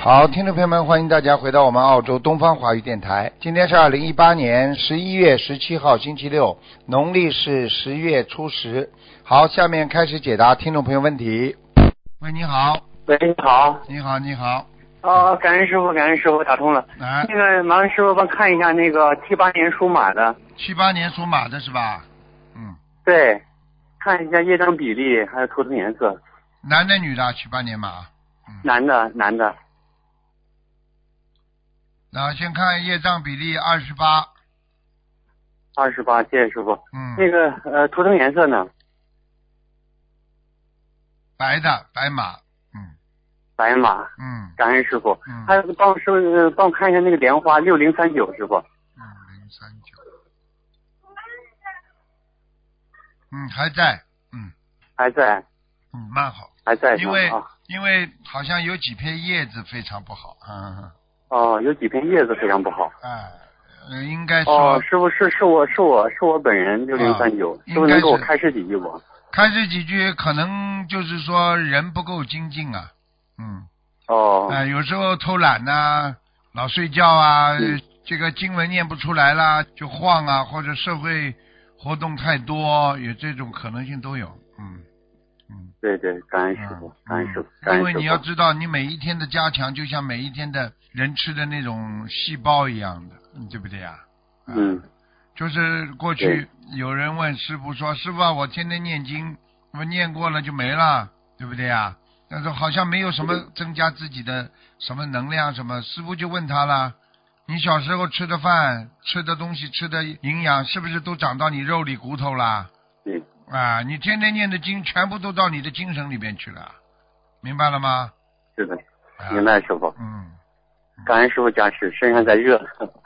好，听众朋友们，欢迎大家回到我们澳洲东方华语电台。今天是二零一八年十一月十七号，星期六，农历是十月初十。好，下面开始解答听众朋友问题。喂，你好，喂，你好。你好，你好，哦，感恩师傅，感恩师傅，打通了。来，那个麻烦师傅帮看一下那个七八年属马的，七八年属马的是吧？嗯，对，看一下业障比例，还有图腾颜色，男的女的？七八年马，嗯男的男的，那先看业障比例二十八，二十八，谢谢师傅。那嗯，个呃，图腾颜色呢？白的白马，嗯白马，嗯感恩师傅。嗯，还有帮师傅呃帮我看一下那个莲花六零三九，师傅。嗯零三九，嗯还在，嗯还在嗯蛮好，还在是因吧为啊因为好像有几片叶子非常不好，嗯哦，有几片叶子非常不好。哎、呃应该哦说，师傅是是我是我是我本人六零三九，啊应该是师傅能给我开示几句不？开始几句可能就是说人不够精进啊，嗯。哦，啊、有时候偷懒呐、老睡觉啊，嗯这个经文念不出来啦，就晃啊，或者社会活动太多，有这种可能性都有。嗯嗯，对对，感恩师傅嗯，感恩师傅，嗯感因恩为师你要傅。知道，你每一天的加强，就像每一天的人吃的那种细胞一样的，嗯对不对呀、啊？嗯，就是过去有人问师傅说：“师傅啊，我天天念经，我念过了就没了，对不对呀？”但是好像没有什么嗯增加自己的什么能量什么，师傅就问他了：“你小时候吃的饭、吃的东西、吃的营养，是不是都长到你肉里骨头啦？对，啊，你天天念的经，全部都到你的精神里边去了，明白了吗？”是的，啊、明。白师傅。嗯，感恩师傅加持，身上在热。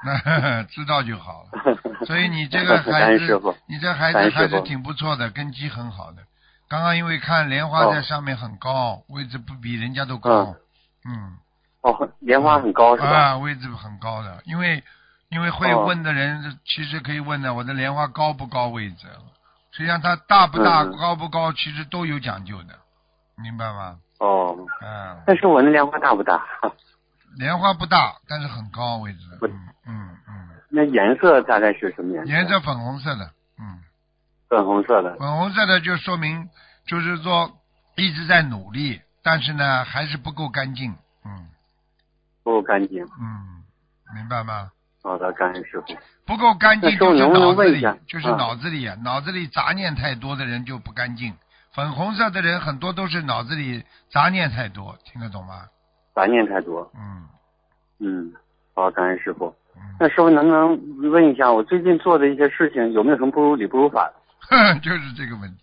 那 知道就好了。所嗯以你这个感孩恩师子傅，你这孩感子恩师还是傅挺不错的，根基很好的。刚刚因为看莲花哦在上面很高，位置不比人家都高， 嗯，哦，莲花很高是吧？啊，位置很高的，因为因为会哦问的人、其实可以问的，我的莲花高不高位置，实际上它大不大、嗯嗯高不高，其实都有讲究的，明白吗？哦，嗯，但是我那莲花大不大？莲花不大，但是很高位置，不嗯嗯嗯，那颜色大概是什么颜色？颜色粉红色的，嗯。粉红色的。粉红色的就说明就是说一直在努力，但是呢还是不够干净。嗯不够干净。嗯，明白吗？好的，感恩师傅。不够干净那师就傅是能不能脑子问一里下，就是啊脑子里啊，脑子里杂念太多的人就不干净。粉红色的人很多都是脑子里杂念太多，听得懂吗？ 杂念太多。嗯嗯，好，感恩师傅。那嗯，师傅能不能问一下，我最近做的一些事情有没有什么不如理不如法的？就是这个问题，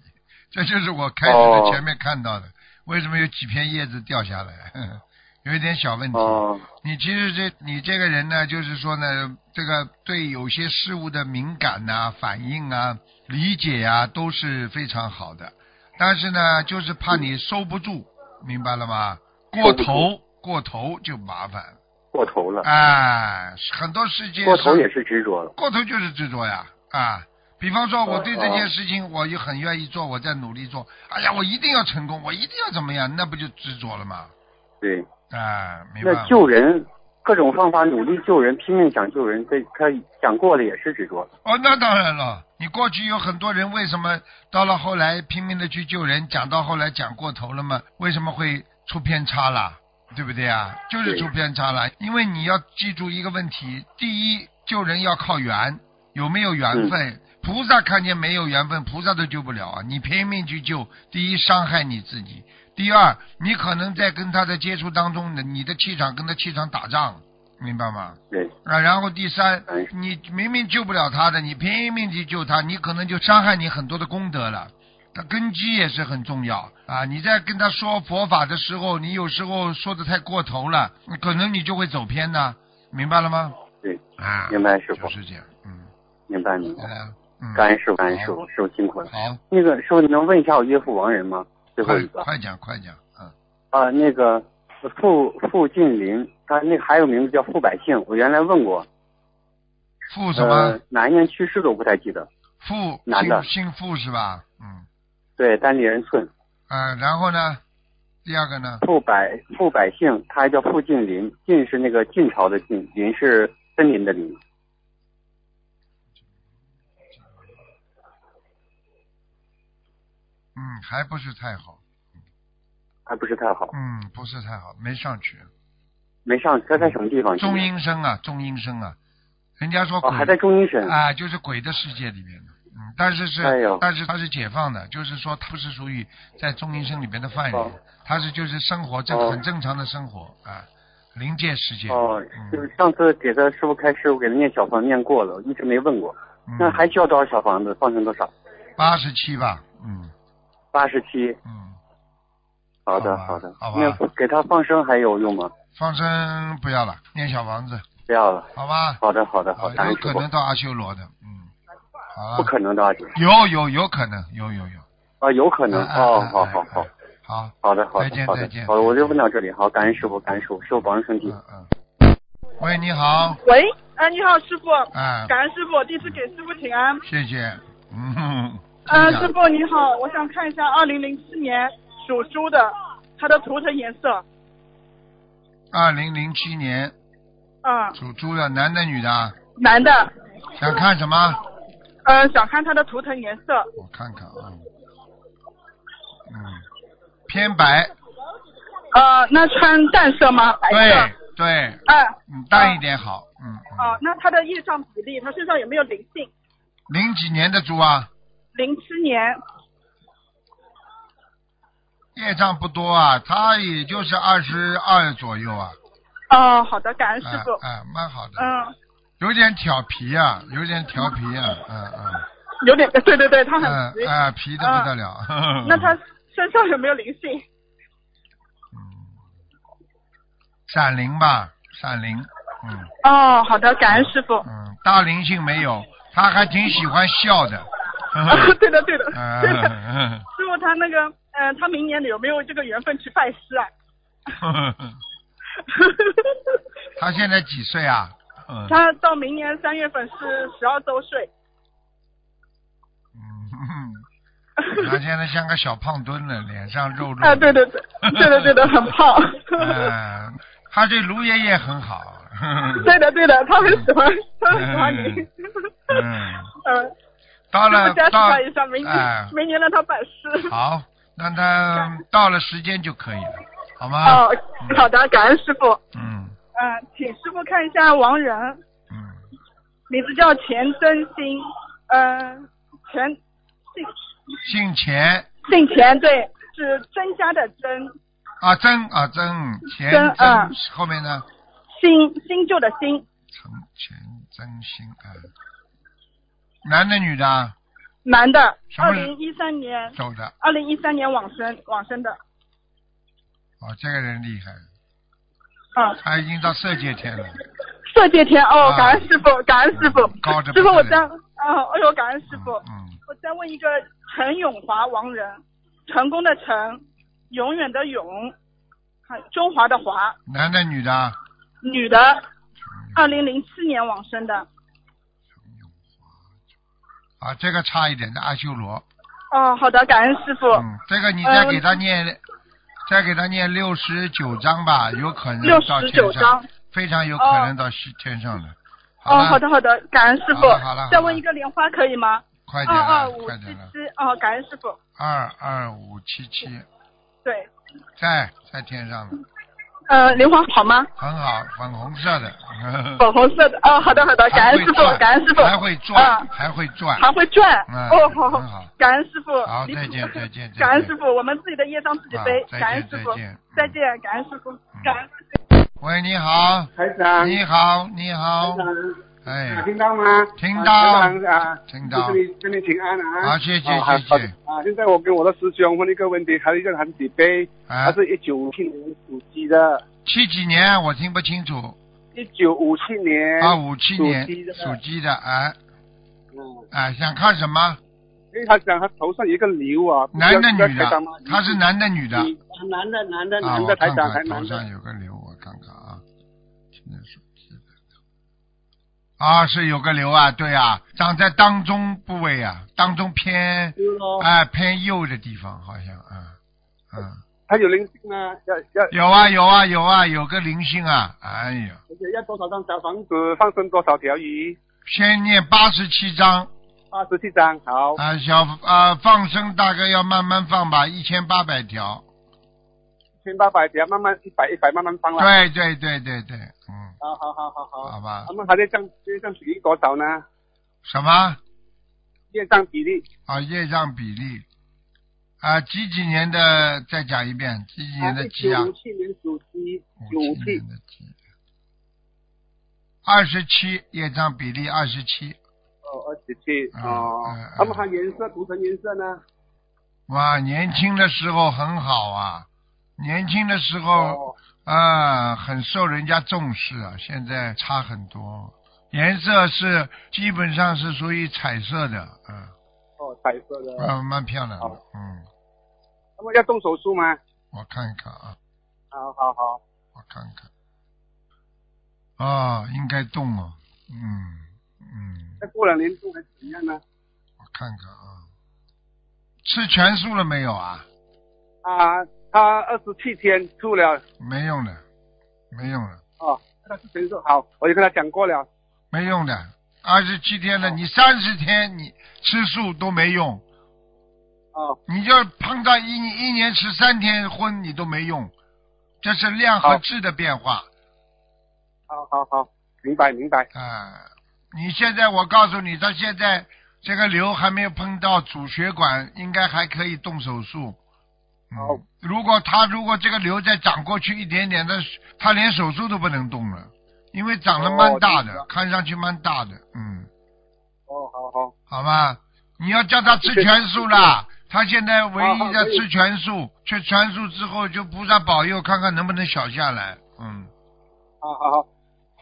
这就是我开始的哦前面看到的，为什么有几片叶子掉下来， 有一点小问题。哦，你其实这你这个人呢，就是说呢，这个对有些事物的敏感呐、反应啊、理解啊，都是非常好的。但是呢，就是怕你收不住，明白了吗？过收不住头，过头就麻烦。过头了，哎，很多事情过头也是执着了。过头就是执着呀啊！比方嗯说，我对这哦件事情我也很愿意做，我在努力做。哎呀，我一定要成功，我一定要怎么样，那不就执着了吗？对，哎，明白那吗？救人各种方法努力救人，拼命想救人，这他想过了也是执着。哦，那当然了。你过去有很多人，为什么到了后来拼命的去救人，讲到后来讲过头了嘛？为什么会出偏差啦？对不对啊？就是对出偏差了，因为你要记住一个问题：第一，救人要靠缘，有没有缘分？菩萨看见没有缘分，菩萨都救不了啊！你拼命去救，第一伤害你自己，第二你可能在跟他的接触当中，你的气场跟他气场打仗，明白吗？对，啊，然后第三哎，你明明救不了他的，你拼命去救他，你可能就伤害你很多的功德了。他根基也是很重要啊！你在跟他说佛法的时候，你有时候说的太过头了，可能你就会走偏呐，明白了吗？对，啊，明白师傅就是这样，嗯，明白明好白。了，嗯，感恩师傅，感恩师傅，师傅辛苦了。好，那个师傅，你能问一下我岳父亡人吗？最后快一个快讲快讲，嗯，啊，那个傅傅近林，他那个还有名字叫傅百姓，我原来问过，付什么呃？，哪一年去世的我不太记得。付男的姓姓付是吧？嗯对，单立人寸，啊，然后呢？第二个呢？傅百傅百姓，他还叫傅晋林，晋是那个晋朝的晋，林是森林的林。嗯，还不是太好。还不是太好，嗯，不是太好，没上去。没上，他在什么地方？中阴身啊，中阴身啊，人家说哦，鬼还在中医省。啊，就是鬼的世界里面的。嗯，但是是，哎呦但是他是解放的，就是说他不是属于在中阴身里边的犯人，哦他是就是生活正、哦很正常的生活啊，临界世界。哦，就嗯是上次给他师傅开师傅给他念小房念过了，一直没问过。那还需要多少小房子？放生多少？嗯八十七吧，嗯八十七。嗯，好的，好好吧的。好吧那给他放生还有用吗？放生不要了，念小房子，不要了。好吧？好的，好的，好，啊感有恩师可傅。能到阿修罗的，哎嗯，好不了，可能的，阿姐有有有可能，有有有，啊，有可能。哎哎哦哎，好哎好好哎，好，好的，好再见的，好再的见，好的，我就问到这里。好，感恩师傅，感恩师傅，师傅保重身体。嗯嗯。喂，你好，喂，啊，你好，师傅，哎，感恩师傅，弟子给师傅请安。谢谢，嗯哼，嗯、真的师傅你好，我想看一下二零零七年属猪的，它的图腾颜色。二零零七年嗯，属猪的，男的女的啊？男的，想看什么？嗯、想看它的图腾颜色，我看看啊，嗯，偏白，呃，那穿淡色吗？白对色。对，嗯，嗯，淡一点好，嗯哦、嗯，那它的业障比例，它身上有没有灵性？零几年的猪啊，零七年，业障不多啊，他也就是二十二左右啊，哦，好的，感恩师啊傅。啊，蛮好的，嗯，有点调皮啊，有点调皮啊，嗯嗯有点，对对对，他很急。 嗯啊，皮的不得了，嗯那他身上有没有灵性？ 闪灵吧，闪灵，嗯。哦，好的，感恩师傅。嗯，大灵性没有，他还挺喜欢笑的。啊， 对的，对的，对的。 嗯师傅，他那个，呃，他明年有没有这个缘分去拜师啊？ 他现在几岁啊？嗯他到明年三月份是十二周岁。嗯， 他现在像个小胖墩了，脸上肉肉。啊，对的，对对的，对的，很胖。 嗯，他对卢爷爷很好。 对的，对的，他很喜欢，他很喜欢你。嗯，嗯，到师 了傅加持到他一下，明哎年明年让他拜师。好，那 他到了时间就可以了，好吗？哦，好的，感恩师傅。嗯嗯，请师傅看一下王仁，嗯，名字叫钱真心，嗯，钱姓姓钱姓钱，对，是真家的真，啊，曾啊曾钱曾曾嗯后面呢？新新旧的新，成全真心爱，男的女的啊男的，什么二人零一三年，走的，二零一三年往生往生的，哦，这个人厉害，嗯，他已经到色界天了，色界天哦啊，感恩师傅，感恩师傅嗯高着，师傅不我得再了啊，哎呦，感恩师嗯傅，嗯，我再问一个陈永华王人，成功的成，永远的永，还中华的华，男的女的啊，女的，二零零七年往生的，啊，这个差一点的阿修罗，哦，好的，感恩师傅，嗯嗯，这个你再呃给他念，再给他念六十九章吧，有可能六到十九天上章，，非常有可能到西天上的，哦，了，好的好的，感恩师好傅了好了好了，再问一个莲花可以吗？快点二二了，五快七点啊了，七，哦，感恩师傅，啊二二五七七，对，在在天上了，呃，莲花好吗？很好，粉红色的。粉红色的， 哦，好的好的，感还恩会师傅转，感恩师傅，还会转啊，还会转。还会转嗯，哦，很好感恩师傅，好离再谱见再见再感恩见师傅，我们自己的业障自己啊背，再感恩见师再傅见，再嗯见，感恩师傅，感恩。喂，你好，台长，你好，你好，台哎长，，听到吗？听啊到台长啊，听到祝你祝你平安啊！好谢谢啊好谢好谢啊，现在我跟我的师兄问一个问题，他是一个很几杯，啊他，是一九五七年属鸡的，七几年我听不清楚，一九五七年啊，五七年哎属鸡的属鸡的，哎嗯，哎，想看什么？因为他讲他头上有一个瘤啊，不知道男的是女的台长吗？？他是男的女的？男的男的啊，男我的台看长还看头男的上有个瘤，我看看啊，现在属鸡的。啊，是有个瘤啊，对啊，长在当中部位啊，当中偏对咯哎，偏右的地方好像啊，嗯，他有灵性吗？要要有啊有啊有啊，有个灵性啊，哎呦，要多少张小房子？放生多少条鱼？先念八十七章二十七张，好，啊，小啊放生大概要慢慢放吧，一千八百条。千八百条，慢慢一百一百慢慢放了。对对对对对，嗯，好好好好好。啊好吧那么还在降，这降比例多少呢？什么业障比例啊？业障比例啊？几几年的？再讲一遍，几几年的鸡啊？九七年属鸡，五九七七年的鸡。二十七业障比例二十七，哦，二十七嗯哦嗯嗯。那么它颜色涂成颜色呢？哇，年轻的时候很好啊，年轻的时候哦，啊、很受人家重视啊，现在差很多。颜色是基本上是属于彩色的，嗯，哦，彩色的。啊，蛮漂亮的好，嗯，那么要动手术吗？我看一看啊，好好好，我看看，啊，应该动哦，嗯嗯，那过了年度还是怎样呢？我看看啊，吃全素了没有啊？啊，他二十七天住了，没用的，没用的，哦，他是神兽，好，我就跟他讲过了，没用的，二十七天了，哦你三十天你吃素都没用，哦，你就碰到一年一年吃三天荤你都没用，这是量和好质的变化好好好，明白明白，啊、你现在我告诉你，他现在这个瘤还没有碰到主血管，应该还可以动手术。好嗯，如果他如果这个瘤再长过去一点点，他他连手术都不能动了，因为长得蛮大的，哦看上去蛮大的，嗯。哦，好好，好吧，你要叫他吃全素啦。他现在唯一在吃全素，吃全素之后就菩萨保佑，看看能不能小下来。嗯，好好好，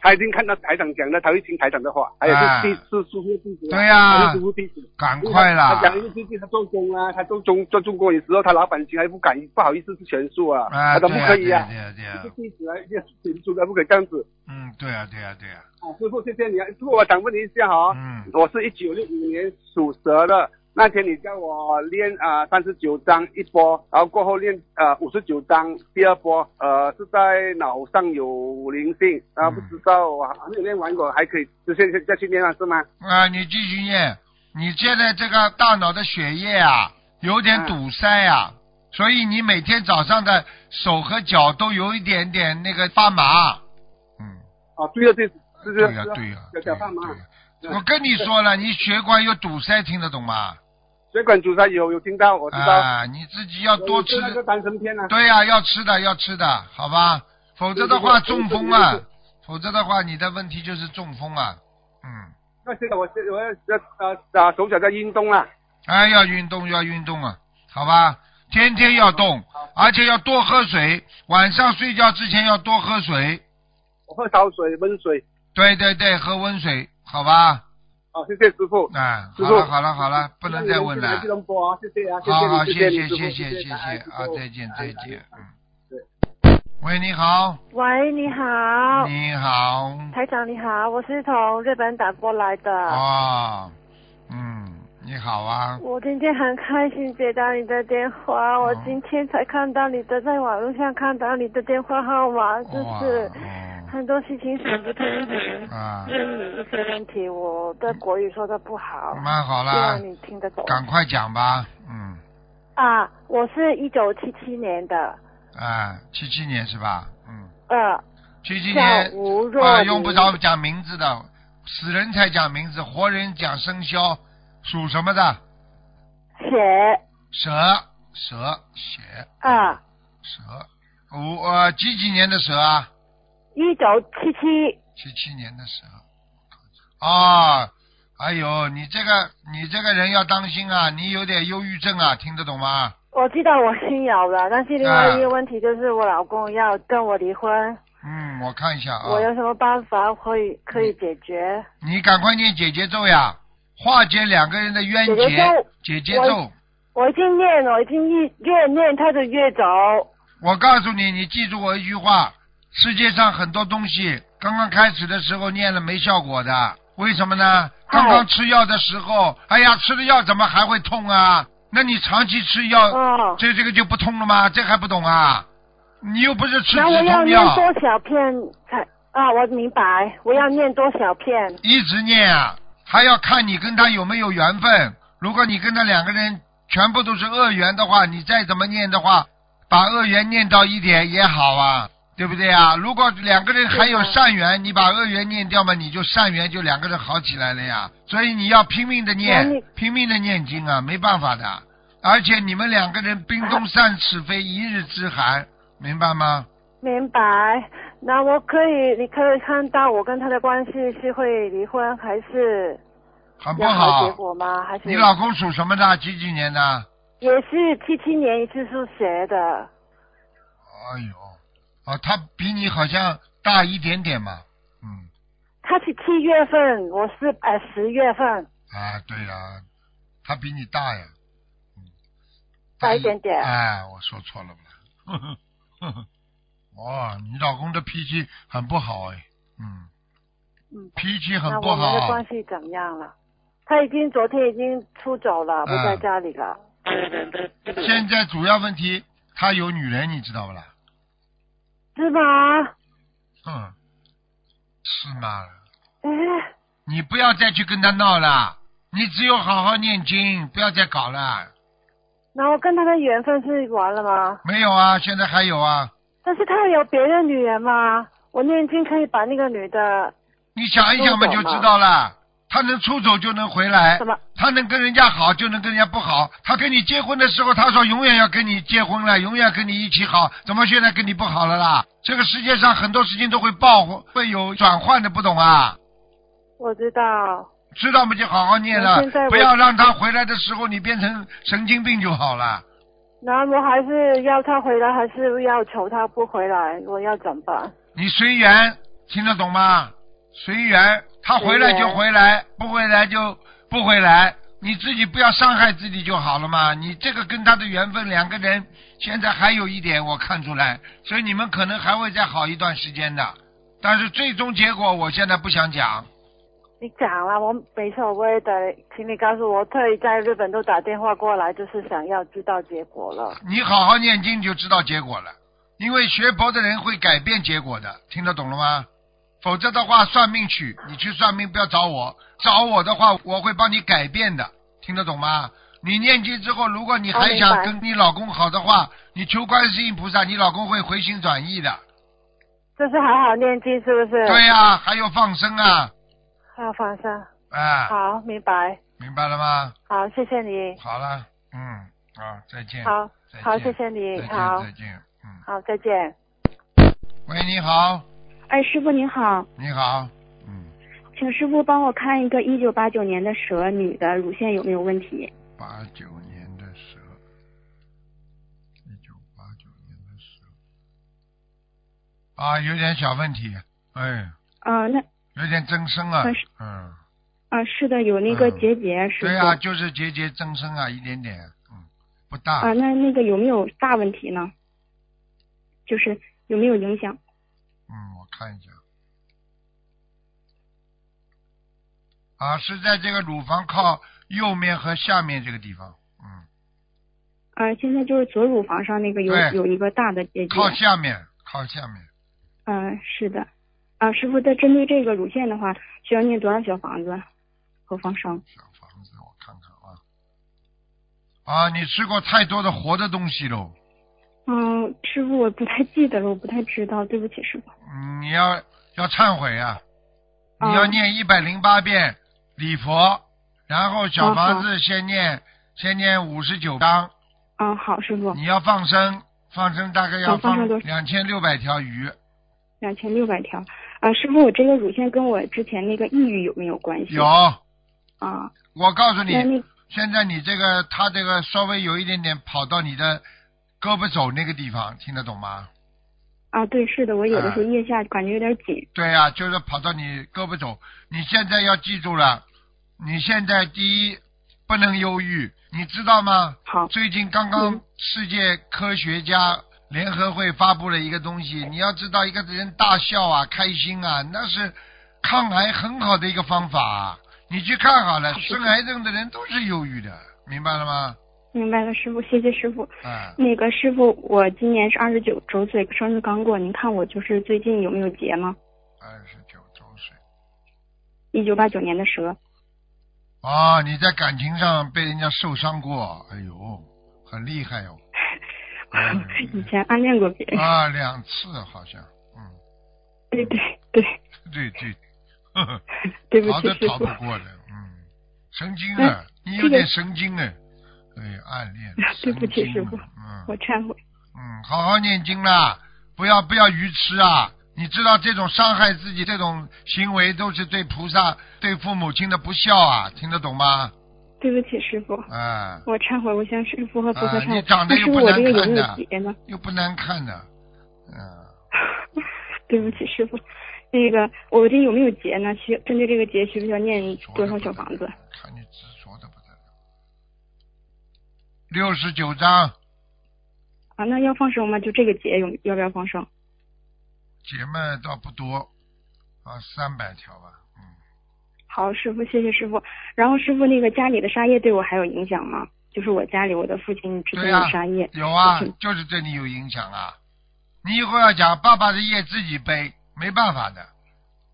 他已经看到台长讲了，他会听台长的话，还有哎是是是师傅弟子啊，对呀他是师傅弟子。赶快啦他！讲一个最近他做工啊，他做中做中国的时候，他老板竟然不敢不好意思是全数啊，啊，他都对不呀，可对以呀，啊对，呀，对呀一个，弟子啊，一个全数的不可以这样子。嗯，对呀，对呀，对呀，啊，师傅，谢谢你。啊！师傅，我想问你一下哈、嗯，我是一九六五年属蛇的，那天你叫我练啊三十九章一波，然后过后练呃五十九章第二波，呃是在脑上有灵性，啊嗯不知道我还没有练完过，还可以直接再去练了是吗？啊，你继续念，你现在这个大脑的血液啊，有嗯点堵塞啊，所以你每天早上的手和脚都有一点点那个发麻。嗯，哦，对了对，是是对呀是，，对呀，小对小呀胖嘛，对呀我跟你说了，你血管有堵塞，听得懂吗？血管阻塞有有听到，我知道，啊，你自己要多吃我，那个丹参片啊，对呀、要吃的，要吃的，好吧？否则的话对对中对风啊对对，否则的话你的问题就是中风啊。嗯，那现在我现我要要呃啊手脚在运动啦，哎，要运动，要运动啊，好吧？天天要动，而且要多喝水，晚上睡觉之前要多喝水。我喝少水温水，对对对，喝温水，好吧？哦谢谢师傅。啊，师好傅了好了好了，不能再问了谢。谢波啊，谢谢啊，谢好好，谢你，谢谢谢你师傅，谢谢谢谢啊，再见再。哎师见傅。嗯。喂，你好，喂，你好，你好。台长你好，我是从日本打过来的。哦，嗯，你好啊，我今天很开心接到你的电话，哦我今天才看到你的，在网络上看到你的电话号码，就哇，是哦，很多事情想不通，啊，嗯，一些问题我的国语说的不好，蛮好希啦望，你听得懂。赶快讲吧，嗯，啊，我是一九七七年的，啊，七七年是吧？嗯，呃，七七叫年吴若啊，琳用不着讲名字的，死人才讲名字，活人讲生肖，属什么的？写蛇，蛇，血，啊，蛇，五呃几几年的蛇啊？一九七七，七七年的时候，啊，哎呦，你这个你这个人要当心啊，你有点忧郁症啊，听得懂吗？我知道我心有了，但是另外一啊个问题就是我老公要跟我离婚，嗯，我看一下啊嗯我，有什么办法可以可以解决？你赶快念姐姐咒呀，化解两个人的冤姐姐结咒。姐姐咒，我已经念了，我已经越越念他就越走。我告诉你，你记住我一句话：世界上很多东西，刚刚开始的时候念了没效果的，为什么呢？哎刚刚吃药的时候，哎呀，吃了药怎么还会痛啊？那你长期吃药，哦，这这个就不通了吗？这还不懂啊？你又不是吃止那我要痛念药，多少片才啊？我明白，我要念多少片？一直念啊，还要看你跟他有没有缘分。如果你跟他两个人全部都是恶缘的话，你再怎么念的话，把恶缘念到一点也好啊，对不对啊？如果两个人还有对啊善缘，你把恶缘念掉嘛，你就善缘就两个人好起来了呀。所以你要拼命的那念你，拼命的念经啊，没办法的。而且你们两个人冰冻三尺非一日之寒，明白吗？明白。那我可以，你可以看到我跟他的关系是会离婚还是很不要好好。结果吗？还是你老公属什么的？几几年的？也是七七年一次数学的，哎呦，啊，他比你好像大一点点嘛，嗯，他是七月份，我是呃十月份，啊，对呀、他比你大呀，嗯，大一点点哎，我说错了不啦？呵呵 哦，你老公的脾气很不好哎，嗯，嗯，脾气很那不我们的好关，系怎么样了？他已经昨天已经出走嗯了，不在家里了。现在主要问题他有女人，你知道不啦？是吗？嗯，是吗？哎，你不要再去跟他闹了，你只有好好念经，不要再搞了。那我跟他的缘分是完了吗？没有啊，现在还有啊。但是他有别的女人吗？我念经可以把那个女的你想一想嘛，就知道了。他能出走就能回来什，么？他能跟人家好就能跟人家不好。他跟你结婚的时候，他说永远要跟你结婚了，永远跟你一起好，怎么现在跟你不好了啦？这个世界上很多事情都会爆，会有转换的，不懂啊？我知道，知道吗？就好好念我了现在，我不要让他回来的时候你变成神经病就好了。那我还是要他回来，还是要求他不回来？我要怎么办？你随缘，听得懂吗？随缘，他回来就回来，不回来就不回来。你自己不要伤害自己就好了嘛。你这个跟他的缘分，两个人现在还有一点我看出来，所以你们可能还会再好一段时间的。但是最终结果，我现在不想讲。你讲了，我没所谓的，请你告诉我，特意在日本都打电话过来，就是想要知道结果了。你好好念经就知道结果了，因为学佛的人会改变结果的，听得懂了吗？否则的话，算命去，你去算命不要找我，找我的话我会帮你改变的，听得懂吗？你念经之后，如果你还哦明想白跟你老公好的话，你求观世音菩萨，你老公会回心转意的。就是好好念经，是不是？对呀、还有放生啊，还有放生。啊，好，明白。明白了吗？好，谢谢你。好了，嗯，啊，再见，好再，见好，谢谢你再。见，好再，见，嗯，好，再见。喂，你好，哎，师傅您好，你好，嗯。请师傅帮我看一个一九八九年的蛇女的乳腺有没有问题？八九年的蛇，一九八九年的蛇，啊，有点小问题，哎，嗯、那有点增生啊但是，嗯，啊、是的，有那个嗯结节，师傅。对啊，就是节节增生啊，一点点，嗯，不大，啊那那个有没有大问题呢？就是有没有影响？嗯，我看一下，啊，是在这个乳房靠右面和下面这个地方，嗯，啊、现在就是左乳房上那个有对有一个大的结节。靠下面，靠下面，嗯、是的。啊、师傅，在针对这个乳腺的话，需要念多少小房子和放生？小房子，我看看啊，啊，你吃过太多的活的东西喽。嗯，师傅，我不太记得了，我不太知道，对不起，师傅。嗯你要要忏悔啊！哦你要念一百零八遍礼佛，然后小房哦子先念、先念五十九章，嗯，好，师傅，你要放生，放生大概要哦放放生多少两千六百条鱼，两千六百条。啊，师傅，我这个乳腺跟我之前那个抑郁有没有关系？有。啊，我告诉那你，那现在你这个他这个稍微有一点点跑到你的胳膊肘那个地方，听得懂吗？啊，对，是的，我有的时候嗯腋下感觉有点紧。对呀、就是跑到你胳膊肘。你现在要记住了，你现在第一不能忧郁，你知道吗？好，最近刚刚嗯世界科学家联合会发布了一个东西，你要知道一个人大笑啊、开心啊，那是抗癌很好的一个方法啊、你去看好了，是的生癌症的人都是忧郁的，明白了吗？明白了，师傅，谢谢师傅。啊，那个师傅，我今年是二十九周岁，生日刚过，您看我就是最近有没有劫吗？二十九周岁。一九八九年的蛇，啊，你在感情上被人家受伤过，哎呦，很厉害 哦。嗯以前暗恋过别 人。啊，两次好像，嗯， 对对对，对对，呵呵， 对不逃 起都师逃傅哎不。过的，嗯，神经啊，你有点神经啊，对，暗恋， 对不起神经啊师傅我嗯忏悔。嗯，好好念经啦，不要不要愚痴啊！你知道这种伤害自己这种行为都是对菩萨、对父母亲的不孝啊，听得懂吗？对不起师傅，啊，我忏悔，我向师傅和菩啊萨忏你悔。长得那又师傅，不我难这个有看没有的劫呢？又不难看的，嗯。 对不起师傅，那个我这有没有劫呢？需针对这个劫需不需要念多少小房子？？看你执着的不得了。六十九章，啊，那要放生吗？就这个劫有要不要放生？姐妹倒不多，啊，三百条吧，嗯，好，师傅，谢谢师傅。然后师傅，那个家里的沙业对我还有影响吗？就是我家里我的父亲之前对呀有沙业，有啊嗯，就是对你有影响啊。你以后要讲爸爸的业自己背，没办法的，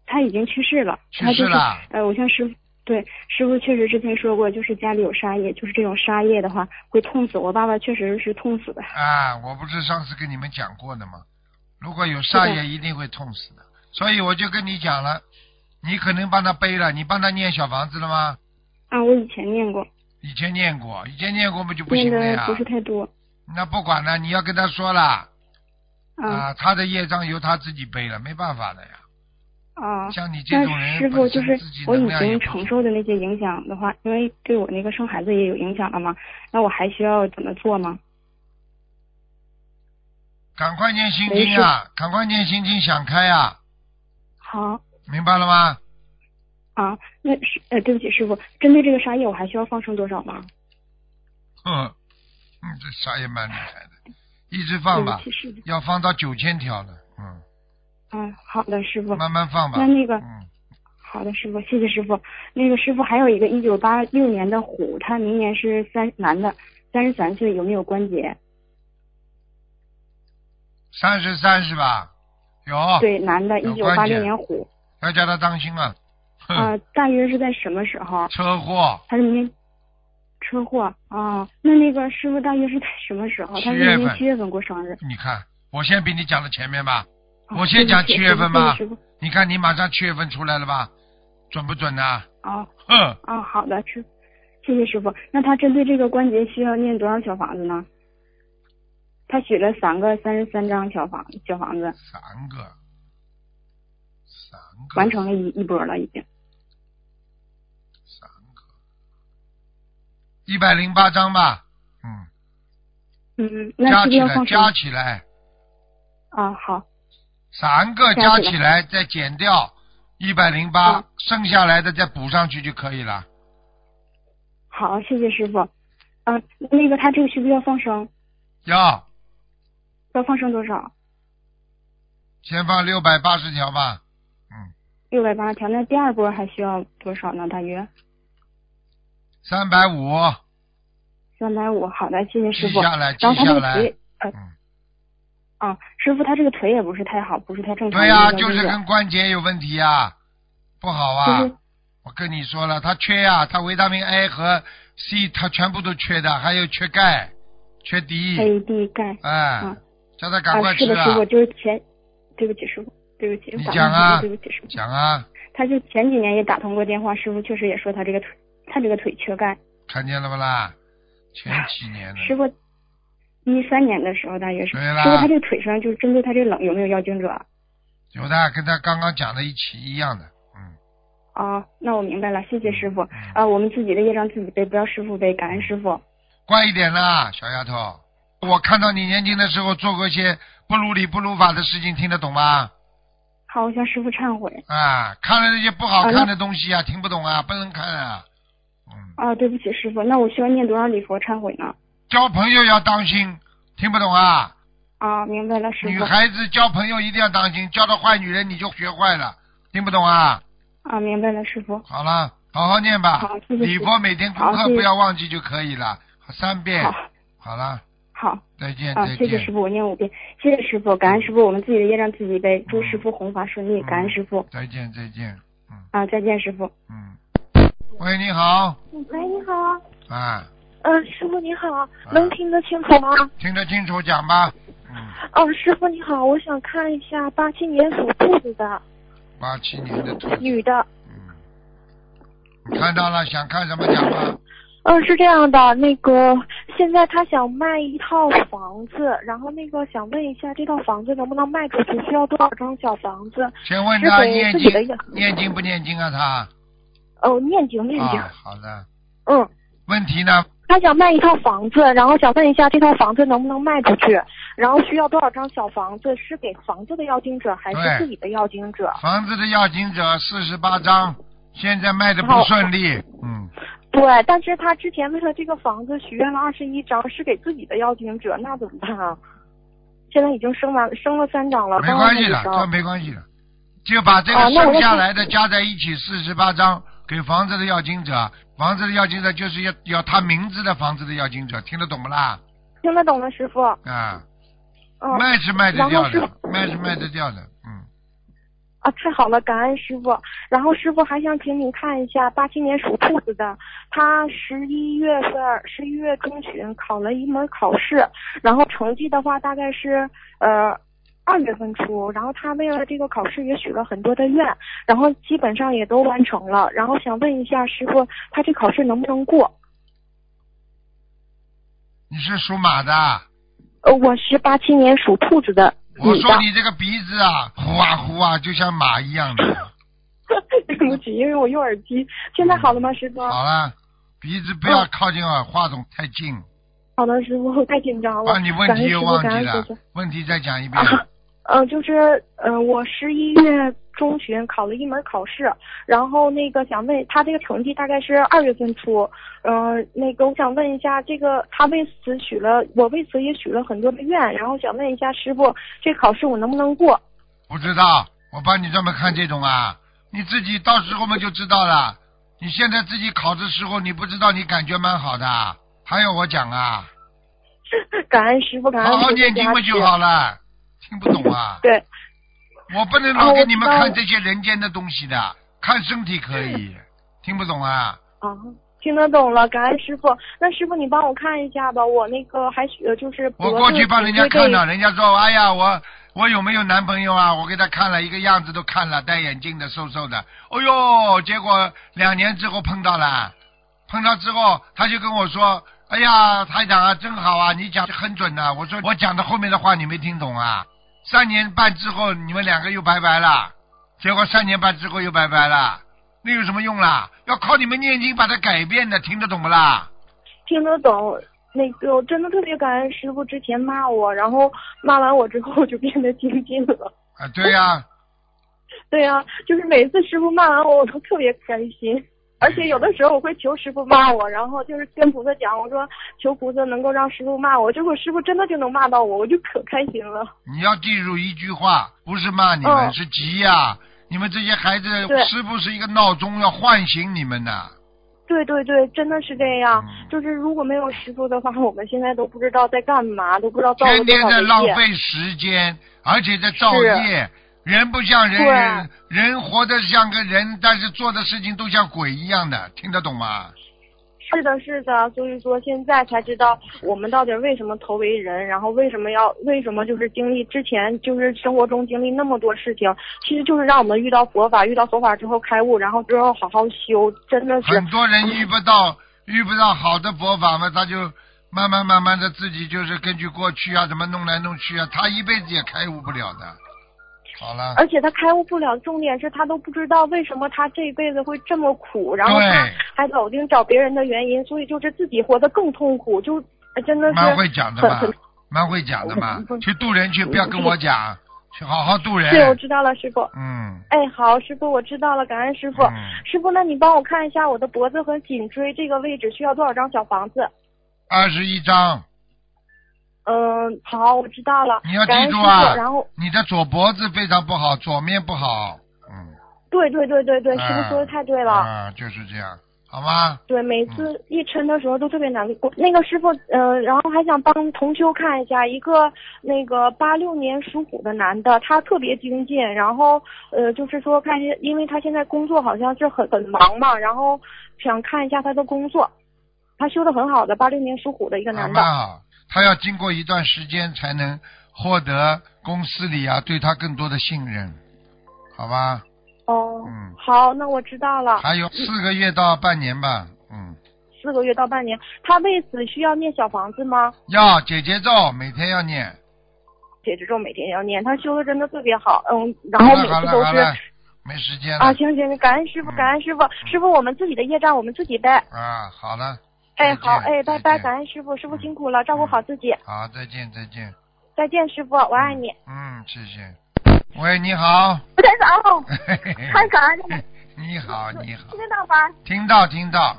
他已经去世了。去他就世是了呃，我向师傅对师傅确实之前说过，就是家里有沙业，就是这种沙业的话会痛死我爸爸，确实是痛死的。啊，我不是上次跟你们讲过的吗？如果有煞是的业，一定会痛死的。所以我就跟你讲了，你可能帮他背了，你帮他念小房子了吗？啊，我以前念过，以前念过，以前念过嘛就不念行了的呀。不是太多。那不管了，你要跟他说了啊他的业障由他自己背了，没办法的呀。啊，像你这但种人，师傅就是本身自己我能已量也经不承足受的那些影响的话，因为对我那个生孩子也有影响了嘛，那我还需要怎么做吗？赶快念心经啊，赶快念心经，想开啊，好。明白了吗？啊，那是呃，对不起，师傅，针对这个沙叶，我还需要放生多少吗？哼，嗯，这啥也蛮厉害的，一直放吧对不起，，师傅。要放到九千条了，嗯，嗯，好的，师傅。慢慢放吧。那那个嗯，好的，师傅，谢谢师傅。那个师傅还有一个一九八六年的虎，他明年是三男的，三十三岁，有没有关节？三十三是吧？有，对，男的，有一九关八节六年虎。要叫他当心啊。哼啊、大约是在什么时候？车祸，他是明年车祸啊、那那个师傅大约是在什么时候？他是七月明年份七月份过生日。你看，我先比你讲的前面吧。啊我先讲对不起七月份吧对不起师傅。你看你马上七月份出来了吧？准不准呐、啊哼，啊，好的，师，谢谢师傅。那他针对这个关节需要念多少小房子呢？他许了三个三十三张小房小房子，三个，三个，完成了一一波了，已经。三个，一百零八张吧，嗯，嗯，那加是不是起要来放加生起来，啊？好，三个加加起起来再减掉一百零八嗯，剩下来的再补上去就可以了。好，谢谢师傅。啊，那个他这个需不需要放生？要要放生多少？先放六百八十条吧，嗯，六百八十条。那第二波还需要多少呢？大约三百五，嗯三百五。好的，谢谢师记傅。下来，记然后他下这个来，腿，呃，嗯。啊，师傅，他这个腿也不是太好，不是太正常。对呀、比较就是微弱跟关节有问题呀、不好啊！就是我跟你说了，他缺呀、他维他命 A 和 C 他全部都缺的，还有缺钙、缺 D， A B 钙。哎，嗯叫他赶快啊、是吃的，啊！师傅，就是前，对不起，师傅，对不起，你打讲断啊师傅对不起，师傅。讲啊，他就前几年也打通过电话，师傅确实也说他这个腿，他这个腿缺钙。看见了不啦？前几年的，师傅，一三年的时候大约是，对啦师傅他这个腿上就是针对他这冷有没有要经者？有的啊跟他刚刚讲的一起一样的，嗯，啊，那我明白了，谢谢师傅。嗯啊，我们自己的业障自己背，不要师傅背，感恩师傅。乖一点啦，小丫头。我看到你年轻的时候做过一些不如理不如法的事情，听得懂吗？好，我向师傅忏悔。啊，看了那些不好啊那看的东西啊，听不懂啊，不能看啊。嗯，啊，对不起，师傅，那我需要念多少礼佛忏悔呢？交朋友要当心，听不懂啊？啊，明白了，师女傅。孩子交朋友一定要当心，交到坏女人你就学坏了，听不懂啊？啊，明白了，师傅。好了，好好念吧好，谢谢礼佛每天功好课谢谢不要忘记就可以了，三遍，好好了，好再见，啊再，谢谢见，师傅，我念五遍，谢谢师傅，感恩师傅，我们自己的业障自己背，祝师傅弘法顺利，感恩师傅嗯再见，再见，嗯啊，再见师傅。嗯。喂，你好，喂，你好，啊，呃，师傅你好，能听得清楚吗？听得清楚讲吧，嗯，哦，师傅你好，我想看一下八七年属兔子的八七年的兔子，女的。嗯，你看到了，想看什么讲吧，嗯、是这样的，那个现在她想卖一套房子，然后那个想问一下这套房子能不能卖出去，需要多少张小房子？先问师他傅念自己经的业念经不念经啊他？哦，念经念经，啊，好的，嗯，问题呢？她想卖一套房子，然后想问一下这套房子能不能卖出去，然后需要多少张小房子？是给房子的要经者还对是自己的要经者？房子的要经者四十八张，现在卖的不顺利，嗯，对，但是他之前为了这个房子许愿了二十一张，是给自己的邀请者，那怎么办啊？现在已经升完升了三张了，没刚刚关系那的，一这张没关系的，就把这个哦那我剩下来的加在一起四十八张给房子的要经者，房子的要经者就是要要他名字的房子的要经者，听得懂不啦？听得懂了，师傅。啊，嗯卖是卖得掉然的，卖是卖得掉的，嗯，啊，太好了，感恩师傅。然后师傅还想请你看一下，八七年属兔子的，他十一月份十一月中旬考了一门考试，然后成绩的话大概是呃二月份出，然后他为了这个考试也许了很多的愿，然后基本上也都完成了。然后想问一下师傅，他这考试能不能过？你是属马的，呃，我是八七年属兔子的女我说的，你这个鼻子啊，呼啊呼啊，就像马一样 的。 对不起，因为我用耳机。现在好了吗，师傅？好了，鼻子不要靠近耳，话筒太近，哦好的，师傅，太紧张了。啊把你问感题恩师又傅，忘感记恩了师傅。，问题再讲一 遍。啊，呃，就是呃，我十一月中旬考了一门考试，然后那个想问他这个成绩大概是二月份出，呃，那个我想问一下，这个他为此许了，我为此也许了很多的愿，然后想问一下师傅，这考试我能不能过？ 不知道，我帮你专门看这种啊，你自己到时候嘛就知道了。你现在自己考的时候，你不知道，你感觉蛮好的。还要我讲啊，感恩师傅，感恩好好师念傅经加不持就好了？听不懂啊？ 对，我不能啊老我给你们知道看了这些人间的东西的，看身体可以，听不懂啊？啊，听得懂了，感恩师傅。那师傅你帮我看一下吧，我那个还许呃就是我脖过子去帮人家颈椎看这了，人家说，哎呀，我我有没有男朋友啊？我给他看了一个样子都看了，戴眼镜的，瘦瘦的。哎呦，结果两年之后碰到了，碰到之后他就跟我说，哎呀，台长啊，真好啊，你讲得很准呐、我说我讲的后面的话你没听懂啊。三年半之后你们两个又拜拜了，结果三年半之后又拜拜了，那有什么用啦？要靠你们念经把它改变的，听得懂不啦？听得懂。那个我真的特别感恩师傅之前骂我，然后骂完我之后我就变得精进了。 啊，对呀、对呀、就是每次师傅骂完我，我都特别开心。 而且有的时候我会求师傅骂我，然后就是跟菩萨讲，我说求菩萨能够让师傅骂我，结果师傅真的就能骂到我，我就可开心了。 你要记住一句话，不是骂你们，嗯是急呀、你们这些孩子对是不是一个闹钟要唤醒你们呐？对对对，真的是这样嗯。就是如果没有师傅的话，我们现在都不知道在干嘛，都不知道造了天多天少在的浪业。费时间，而且在造业。人不像人，对人人活得像个人，但是做的事情都像鬼一样的，听得懂吗？是的，是的，所以说现在才知道我们到底为什么投为人，然后为什么要为什么就是经历之前就是生活中经历那么多事情，其实就是让我们遇到佛法，遇到佛法之后开悟，然后之后好好修，真的是很多人遇不嗯到遇不到好的佛法嘛，他就慢慢慢慢的自己就是根据过去啊，怎么弄来弄去啊，他一辈子也开悟不了的。好了，而且他开悟不了，重点是他都不知道为什么他这一辈子会这么苦，然后他对还老盯找别人的原因，所以就是自己活得更痛苦，就呃真的是 蛮会讲的很嘛很，蛮会讲的嘛嗯不，去渡人去，不要跟我讲，去好好渡对，我人。知道了，师傅。嗯，哎，好，师傅，我知道了，感恩师傅。嗯师傅，那你帮我看一下我的脖子和颈椎这个位置需要多少张小房子？二十一章，嗯，好，我知道了。你要感记恩住师啊傅然后，你的左脖子非常不好，左面不好。嗯，对对对对对，师啊嗯傅说的太对了。啊，就是这样。好吗？对，每次嗯一抻的时候都特别难过。那个师傅，呃，然后还想帮同修看一下一个那个八六年属虎的男的，他特别精进，然后呃，就是说看一下，因为他现在工作好像是很很忙嘛，然后想看一下他的工作。他修的很好的，八六年属虎的一个啊，男的蛮。好。他要经过一段时间才能获得公司里啊对他更多的信任，好吧？哦，嗯好，那我知道了。嗯还有四个月到半年吧，嗯，四个月到半年，他为此需要念小房子吗？要姐姐咒，每天要念。解之咒每天要念，他修的真的特别好，嗯，然好后了每好次了都好是了，没时间了啊，行行，感恩师傅，嗯感恩师傅，师傅我们自己的业障我们自己背，啊，好了，哎再见好，哎拜再拜，见嗯感恩师傅，师傅辛苦了，照顾好自己，好，再见再见，再见师傅，我爱你。嗯，谢谢。喂，你 好，台长，嘿嘿嘿太感恩了， 你好你好听，得到吧？听到听到，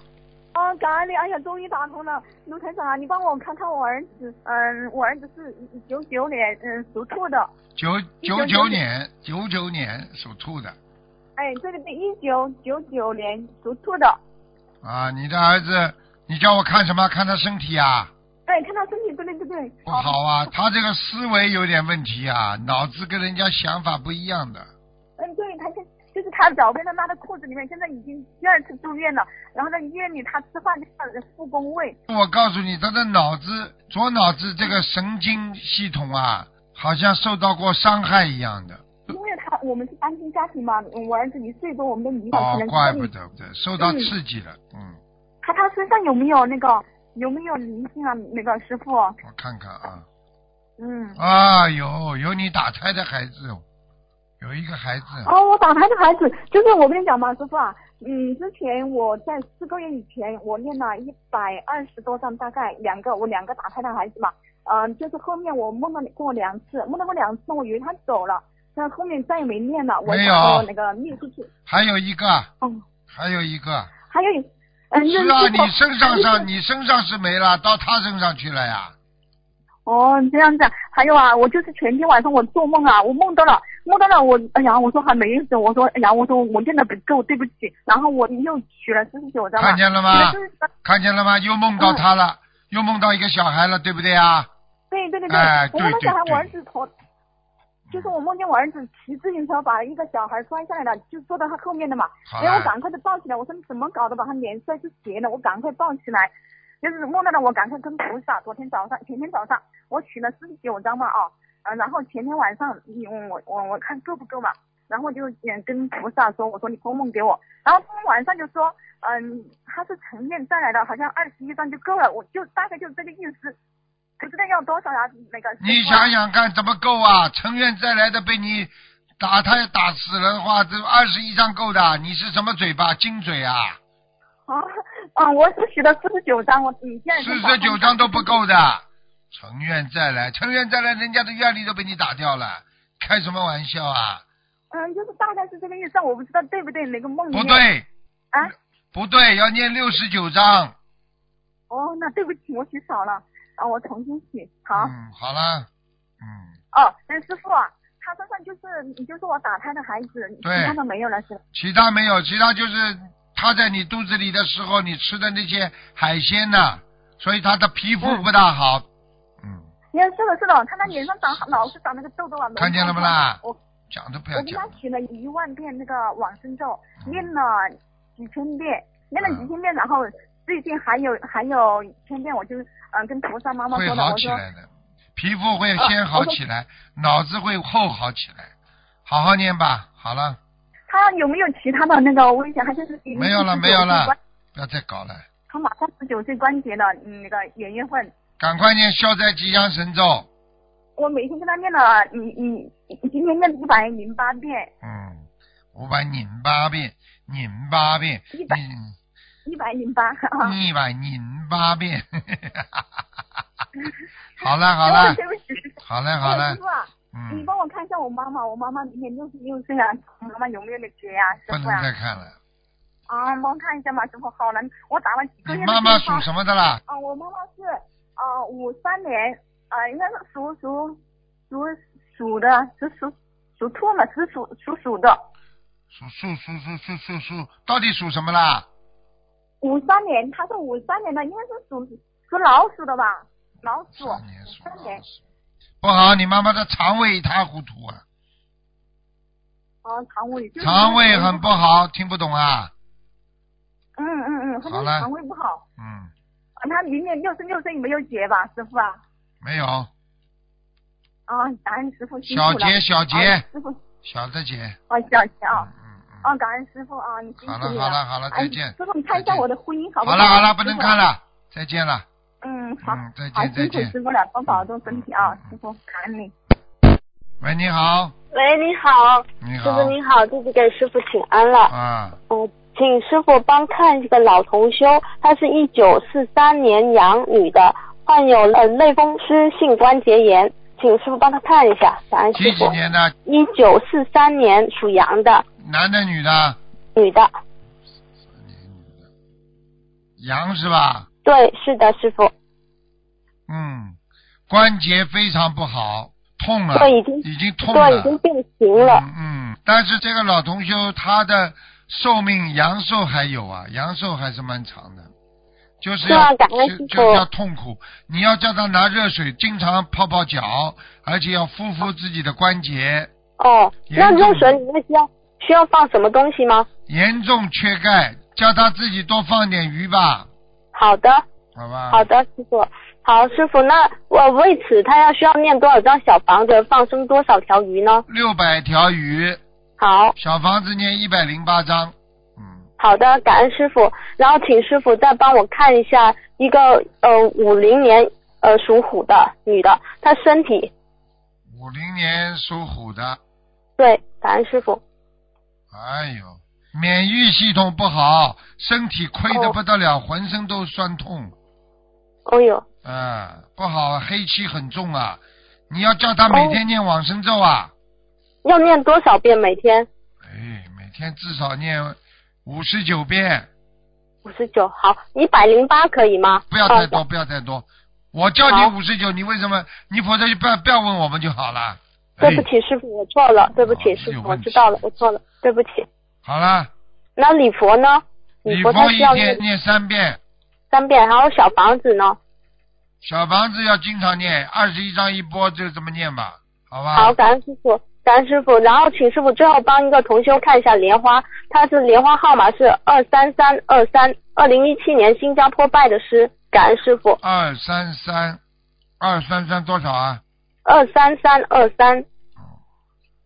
哦，感恩你，哎呀，终于打通了。卢台长啊，你帮我看看我儿子，嗯，我儿子是九九年，嗯，属兔的。九九九1999年九九年属兔的哎，这个是一九九九年属兔的。啊，你的儿子，你叫我看什么？看他身体啊。哎，看他身体，对对对对。不好啊，他这个思维有点问题啊，脑子跟人家想法不一样的。嗯，对，他现就是他小便在他的裤子里面，现在已经第二次住院了。然后在医院里，他吃饭就像复工胃。我告诉你，他的脑子左脑子这个神经系统啊，好像受到过伤害一样的。因为他我们是单亲家庭嘛，嗯我儿子一岁多，我们都影响哦可能，怪是不得，对受到刺激了。嗯，他他身上有没有那个有没有灵性啊？那个师傅，我看看啊，嗯，啊有有你打胎的孩子，哦有一个孩子，哦，我打他的孩子，就是我跟你讲嘛，师傅啊，嗯，之前我在四个月以前，我念了一百二十多张，大概两个，我两个打胎的孩子嘛，嗯、就是后面我梦到过两次，梦到过两次，我以为他走了，但后面再也没念了，我没就有那个念出去，还有一个，哦，还有一个。还有，嗯、那是啊，师傅你身上上你身上是没了，到他身上去了呀。哦，这样子啊。还有啊，我就是前天晚上我做梦啊，我梦到了，梦到了我，哎呀，我说还没死，我说，哎呀，我说我练的不够，对不起。然后我又取了四十九张嘛，看见了吗取了49张看见了吗？又梦到他嗯了，又梦到一个小孩了，对不对啊？对对对对，哎我梦到对对小孩，对我儿子头，就是我梦见我儿子骑自行车把一个小孩摔下来了，就坐到他后面的嘛。好然后了我，赶快的抱起来，我说你怎么搞的，把他脸摔是斜的，我赶快抱起来。就是梦到了我赶快跟菩萨，昨天早上、前天早上我取了四十九张嘛啊，呃，然后前天晚上你我我我看够不够嘛，然后就嗯跟菩萨说，我说你托梦给我，然后他们晚上就说，嗯，他是晨练再来的，好像二十一张就够了，我就大概就是这个意思，不知道要多少呀、那个师傅啊你想想看，怎么够啊？成愿再来的被你打胎打死了的话，这二十一张够的。啊你是什么嘴巴？金嘴啊？啊，嗯，我只取了四十九张，我你现在四十九张都不够的。成愿再来，成愿再来，人家的愿力都被你打掉了，开什么玩笑啊？嗯，就是大概是这个意思，但我不知道对不对，哪个梦里不面对，啊？不对，要念六十九章。哦，那对不起，我取少了啊，我重新取。好，嗯，好了，嗯，哦，那师傅啊，他身上就是你就是我打胎的孩子，你对看到没有了是吧？其他没有，其他就是他在你肚子里的时候，你吃的那些海鲜呐、所以他的皮肤不大好。嗯，你看是的，是的，看他脸上长老是长那个痘痘啊。看见了不啦我讲都不啊我要跟讲嗯他了。取了一万遍那个往生咒，念了几千遍，念了嗯几千遍，然后最近还有还有一千遍，我就嗯、呃跟菩萨妈妈会说的，好我起说啊来的，皮肤会先好起来，脑子会后好起来。好好念吧，好了，他有没有其他的那个危险？他就是已经没有了49没有了岁关不要再搞了，他马上十九岁关节了，嗯，那个元月份。赶快念消灾吉祥神咒。我每天跟他念了，你你你今天念了一百零八遍，嗯，五百拧八遍，拧八遍，一百拧一百啊零八。一百拧八遍。好 了好了对不起，师傅 好了好了师，傅啊，你嗯，帮我看一下我妈妈，我妈妈明年六十六岁了，我妈妈有没有那结呀，师不傅能啊再？看了。啊，帮我看一下嘛，师傅，好难，我打了几个你月的妈妈电话属什么的啦？啊，我妈妈是啊五三年啊，应该是属属属属的，属属属兔嘛，是嗯属属鼠的。属属属属属属属，到底属什么啦？五三年，他是五三年的，应该是属属老鼠的吧？老鼠，三年属三老年鼠，不嗯好，你妈妈的肠胃一塌糊涂啊，哦，肠胃，就是肠胃很不好，听不懂啊，嗯嗯嗯，他好就是了肠胃不好，嗯，啊他明年六十六岁没有结吧，师傅啊？没有，啊，感恩师傅辛苦小了。结小结啊师傅，小的结，哦，小杰啊嗯，嗯哦，感恩师傅啊，你嗯，辛好苦了你好了好了，再哎见，师傅，你看一下我的婚姻好不好了好了，不师能傅看。了，再见了，嗯，好，嗯，再好见再辛苦见嗯师，傅了，多保重身体啊，师傅，感恩你。喂，你好，喂，你好，你师好傅，你好，弟子给师傅请安了。啊，嗯，请师傅帮看一个老同修，她是一九四三年羊女的，患有呃类风湿性关节炎，请师傅帮她看一下，感恩师几几傅。年的，一九四三年属羊的男的女的，女的，羊是吧？对，是的，师傅，嗯，关节非常不好，痛了，对已经已经痛了，对，已经变形了，嗯。嗯，但是这个老同修他的寿命阳寿还有啊，阳寿还是蛮长的，就是是要、啊感恩就师就是父要痛苦。你要叫他拿热水经常泡泡脚，而且要敷敷自己的关节。哦，那严重热水里面需要需要放什么东西吗？严重缺钙，叫他自己多放点鱼吧，好的，好吧？好的，师傅。好，师傅，那我为此他要需要念多少张小房子，放生多少条鱼呢？六百条鱼，好，小房子念一百零八章。嗯，好的，感恩师傅。然后请师傅再帮我看一下一个呃五零年呃属虎的女的，她身体五零年属虎的，对，感恩师傅。哎呦，免疫系统不好，身体亏得哦不得了，浑身都酸痛，哦呦，啊，不好，黑气很重啊。你要叫他每天念往生咒啊，要念多少遍每天？哎，每天至少念五十九遍，五十九，好，一百零八可以吗？不要太哦多，不要太多。我叫你好五十九，你为什么？你否则就不要不要问我们就好了。哎对不，起，师傅，我错了，对不哦起，师有傅，我问题知道了，我错了，对不起。好了，那礼佛呢？礼佛佛他一需要天念念三遍，三遍，还有小房子呢？小房子要经常念，二十一章一波，就这么念吧，好吧？好，感恩师傅，感恩师傅。然后请师傅最后帮一个同修看一下莲花，他是莲花号码是二三三二三，二零一七年新加坡拜的师，感恩师傅。二三三，二三三多少啊？二三三二三，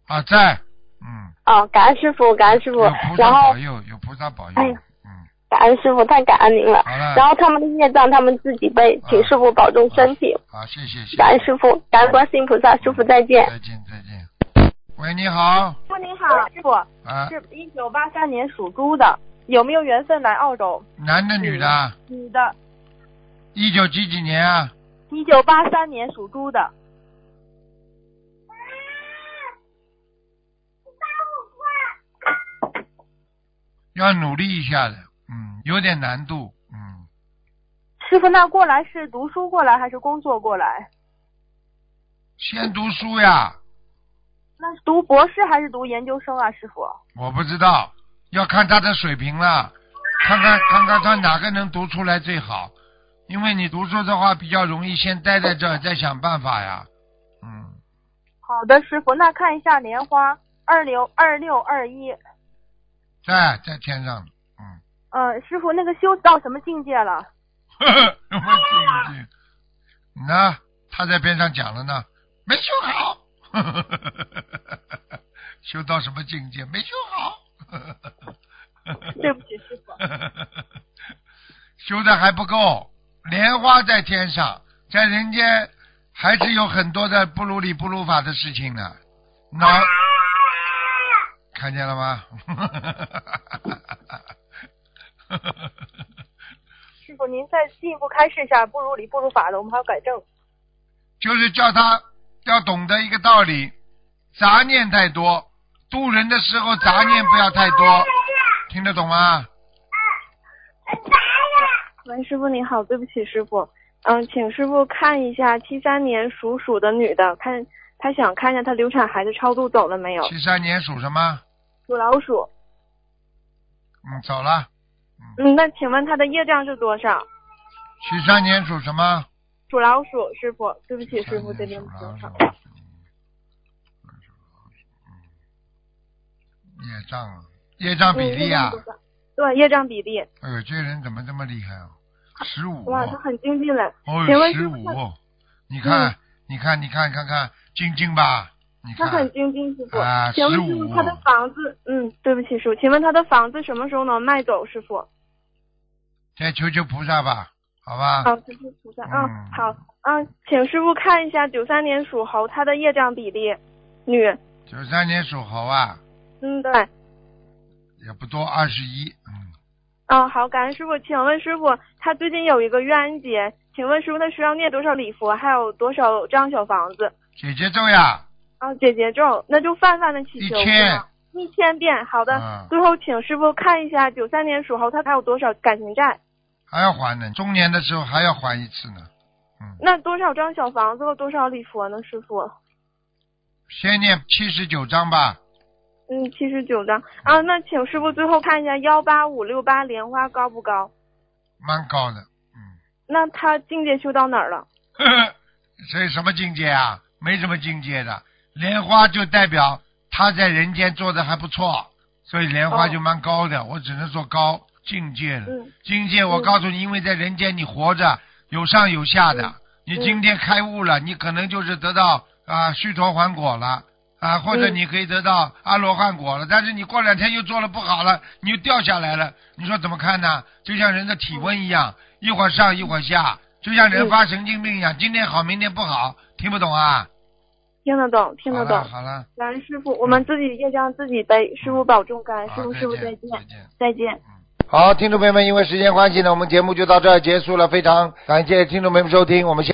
啊，在，嗯，啊，感恩师傅，感恩师傅有菩。萨然后保佑，有菩萨保佑，哎呀嗯，感恩师傅，太感恩您了好了。嗯然后他们的业障他们自己背，请师傅保重身体。好，谢谢，谢谢，感恩师傅，感恩观世音菩萨，师傅再见。再见，再见。喂，你好，师傅您好，师傅啊，是一九八三年属猪的，有没有缘分来澳洲？男的女的？女的，一九几几年啊？一九八三年属猪的，要努力一下的，嗯，有点难度，嗯，师傅那过来是读书过来还是工作过来？先读书呀，那是读博士还是读研究生啊，师傅？我不知道，要看他的水平了，看看看看他哪个能读出来最好，因为你读书的话比较容易先待在这儿，再想办法呀。嗯，好的，师傅，那看一下莲花二六二六二一，在在天上， 嗯，嗯，师傅那个修到什么境界了？呵呵，我听一听，你呢？哎他在边上讲了呢， 没修好，呵呵呵呵呵修到什么境界？没修好，呵呵呵呵对不起，师傅。 修的还不够，莲花在天上，在人间还是有很多的不如理不如法的事情呢。啊脑，看见了吗？ 师傅，您再进一步开示一下，不如理不如法的，我们还要改正。就是叫他要懂得一个道理，杂念太多，渡人的时候杂念不要太多，听得懂吗？喂，师傅你好，对不起师傅，嗯，请师傅看一下七三年属鼠的女的，看她想看一下她流产孩子超度走了没有？七三年属什么？属老鼠。嗯，走了，嗯，那请问他的业障是多少？七三年属什么？属老鼠，师傅，对不起，师傅，这边不正常。业障，业障比例啊！嗯对，业障比例。哎呦，这人怎么这么厉害哦？十五。哇，他很精进了。哦请问十师傅他五，你看，你看，你看，看看，静静吧，你他看很，精进，师傅。啊请问师傅15他的房子，嗯，对不起，师傅，请问他的房子什么时候能卖走，师傅？再求求菩萨吧，好吧？好，师傅菩萨，嗯啊嗯，好，嗯，请师傅看一下九三年属猴他的业障比例，女，九三年属猴啊，嗯，对，也不多，二十一，嗯，好，感恩师傅，请问师傅他最近有一个冤恩结，请问师傅他需要念多少礼佛，还有多少张小房子？姐姐咒呀，啊，解结咒，那就泛泛的祈求。一千是吗一千遍，好的。嗯最后请师傅看一下九三年属猴，他还有多少感情债？还要还呢，中年的时候还要还一次呢。那多少张小房子和多少礼佛呢？师傅，先念七十九章吧，嗯，七十九张啊。那请师傅最后看一下幺八五六八莲花高不高？蛮高的。 那他境界修到哪儿了？呵呵，所以什么境界啊？没什么境界的，莲花就代表他在人间做的还不错，所以莲花就蛮高的。我只能说高境界了。嗯境界，我嗯告诉你，因为在人间你活着有上有下的，你今天开悟了，你可能就是得到啊虚陀还果了。啊，或者嗯你可以得到阿罗汉果了，但是你过两天又做了不好了，你又掉下来了，你说怎么看呢？就像人的体温一样，一会儿上一会儿下，就像人发神经病一样，今天好明天不好，听不懂啊？听得懂，听好得了懂。好了，嗯感恩师傅，我们自己业障自己背，师傅保重，感恩师好傅，再师傅见再见，再见。好，听众朋友们，因为时间关系呢，我们节目就到这儿结束了，非常感谢听众朋友们收听，我们下。